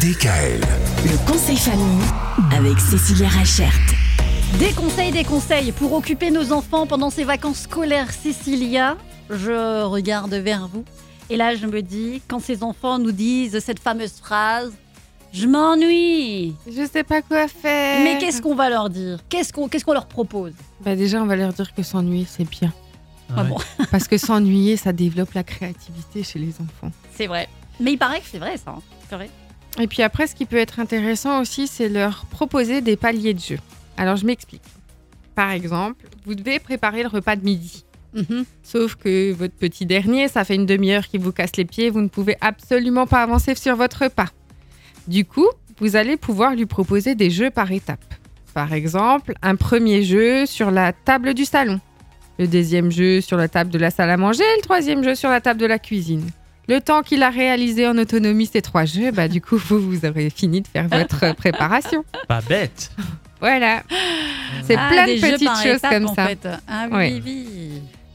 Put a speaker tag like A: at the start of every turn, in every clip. A: DKL.
B: Le conseil famille avec Cécilia Rachert.
C: Des conseils, des conseils pour occuper nos enfants pendant ces vacances scolaires, Cécilia. Je regarde vers vous et là je me dis, quand ces enfants nous disent cette fameuse phrase, je m'ennuie.
D: Je sais pas quoi faire.
C: Mais qu'est-ce qu'on va leur dire Qu'est-ce qu'on qu'est-ce qu'on leur propose
D: Bah déjà, on va leur dire que s'ennuyer, c'est bien.
C: Ah bon,
D: Parce que s'ennuyer, ça développe la créativité chez les enfants.
C: C'est vrai. Mais il paraît que c'est vrai ça. hein. C'est vrai.
D: Et puis après, ce qui peut être intéressant aussi, c'est leur proposer des paliers de jeu. Alors, je m'explique. Par exemple, vous devez préparer le repas de midi.
C: Mhm.
D: Sauf que votre petit dernier, ça fait une demi-heure qu'il vous casse les pieds, vous ne pouvez absolument pas avancer sur votre repas. Du coup, vous allez pouvoir lui proposer des jeux par étapes. Par exemple, un premier jeu sur la table du salon, le deuxième jeu sur la table de la salle à manger, et le troisième jeu sur la table de la cuisine. Le temps qu'il a réalisé en autonomie ces trois jeux, bah du coup, vous, vous aurez fini de faire votre préparation.
E: Pas bête.
D: Voilà. C'est
C: Ah,
D: plein
C: des
D: de
C: jeux
D: petites
C: par
D: choses
C: étapes,
D: comme
C: en
D: ça.
C: fait. Ah oui,
D: Ouais.
C: oui.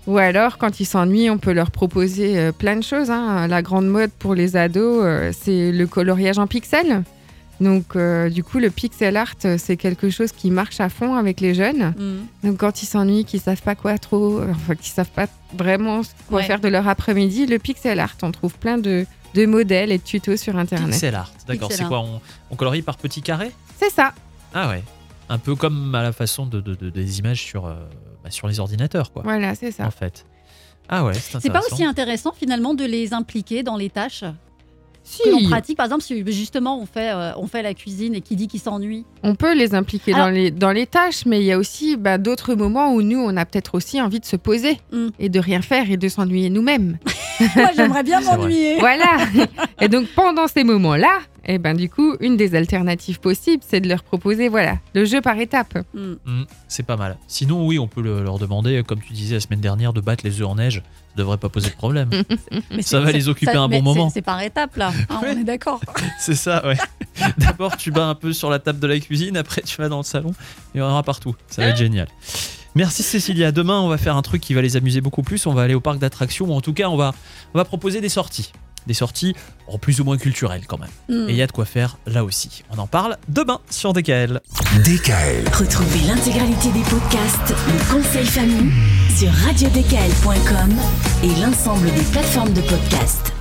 D: Ou alors, quand ils s'ennuient, on peut leur proposer euh, plein de choses. hein. La grande mode pour les ados, euh, c'est le coloriage en pixels. Donc, euh, du coup, le pixel art, euh, c'est quelque chose qui marche à fond avec les jeunes.
C: Mhm.
D: Donc, quand ils s'ennuient, qu'ils savent pas quoi trop, euh, enfin, qu'ils savent pas vraiment ce- quoi
C: Ouais.
D: faire de leur après-midi, le pixel art, on trouve plein de, de modèles et de tutos sur Internet.
E: Pixel art. D'accord,
C: Pixel
E: c'est
C: art.
E: quoi on, on colorie par petits carrés
D: C'est ça.
E: Ah ouais. Un peu comme à la façon de, de- de- des images sur, euh, bah, sur les ordinateurs, quoi.
D: Voilà, c'est ça.
E: En fait. Ah ouais, c'est
C: C'est pas
E: intéressant.
C: aussi intéressant finalement de les impliquer dans les tâches
D: Si,
C: que l'on pratique. Par exemple, si justement on fait, euh, on fait la cuisine et qui dit qu'il s'ennuie.
D: on peut les impliquer
C: Alors-
D: dans, les, dans les tâches, mais il y a aussi bah, d'autres moments où nous, on a peut-être aussi envie de se poser
C: Mm.
D: et de rien faire et de s'ennuyer nous-mêmes.
C: Moi, j'aimerais bien
E: C'est vrai.
C: m'ennuyer.
D: voilà. Et donc, pendant ces moments-là, eh ben, du coup, une des alternatives possibles, c'est de leur proposer voilà, le jeu par étapes.
C: Hmm.
E: Hmm, c'est pas mal. Sinon, oui, on peut le- leur demander, comme tu disais la semaine dernière, de battre les œufs en neige. Ça devrait pas poser de problème.
C: Mais
E: Ça
C: c'est-
E: va
C: c'est-
E: les occuper
C: ça-
E: un
C: mais
E: bon moment.
C: c'est- C'est par étapes là, Hein,
E: Ouais.
C: on est d'accord.
E: C'est ça, ouais. D'abord, tu bats un peu sur la table de la cuisine, après, tu vas dans le salon, il y en aura partout. Ça va être génial. Merci Cécilia. Demain, on va faire un truc qui va les amuser beaucoup plus. On va aller au parc d'attractions, ou en tout cas, on va, on va proposer des sorties. Des sorties en plus ou moins culturelles quand même.
C: Hmm.
E: Et il y a de quoi faire là aussi. On en parle demain sur DKL.
A: DKL.
B: Retrouvez l'intégralité des podcasts Le conseil famille sur radiodkl.com et l'ensemble des plateformes de podcasts.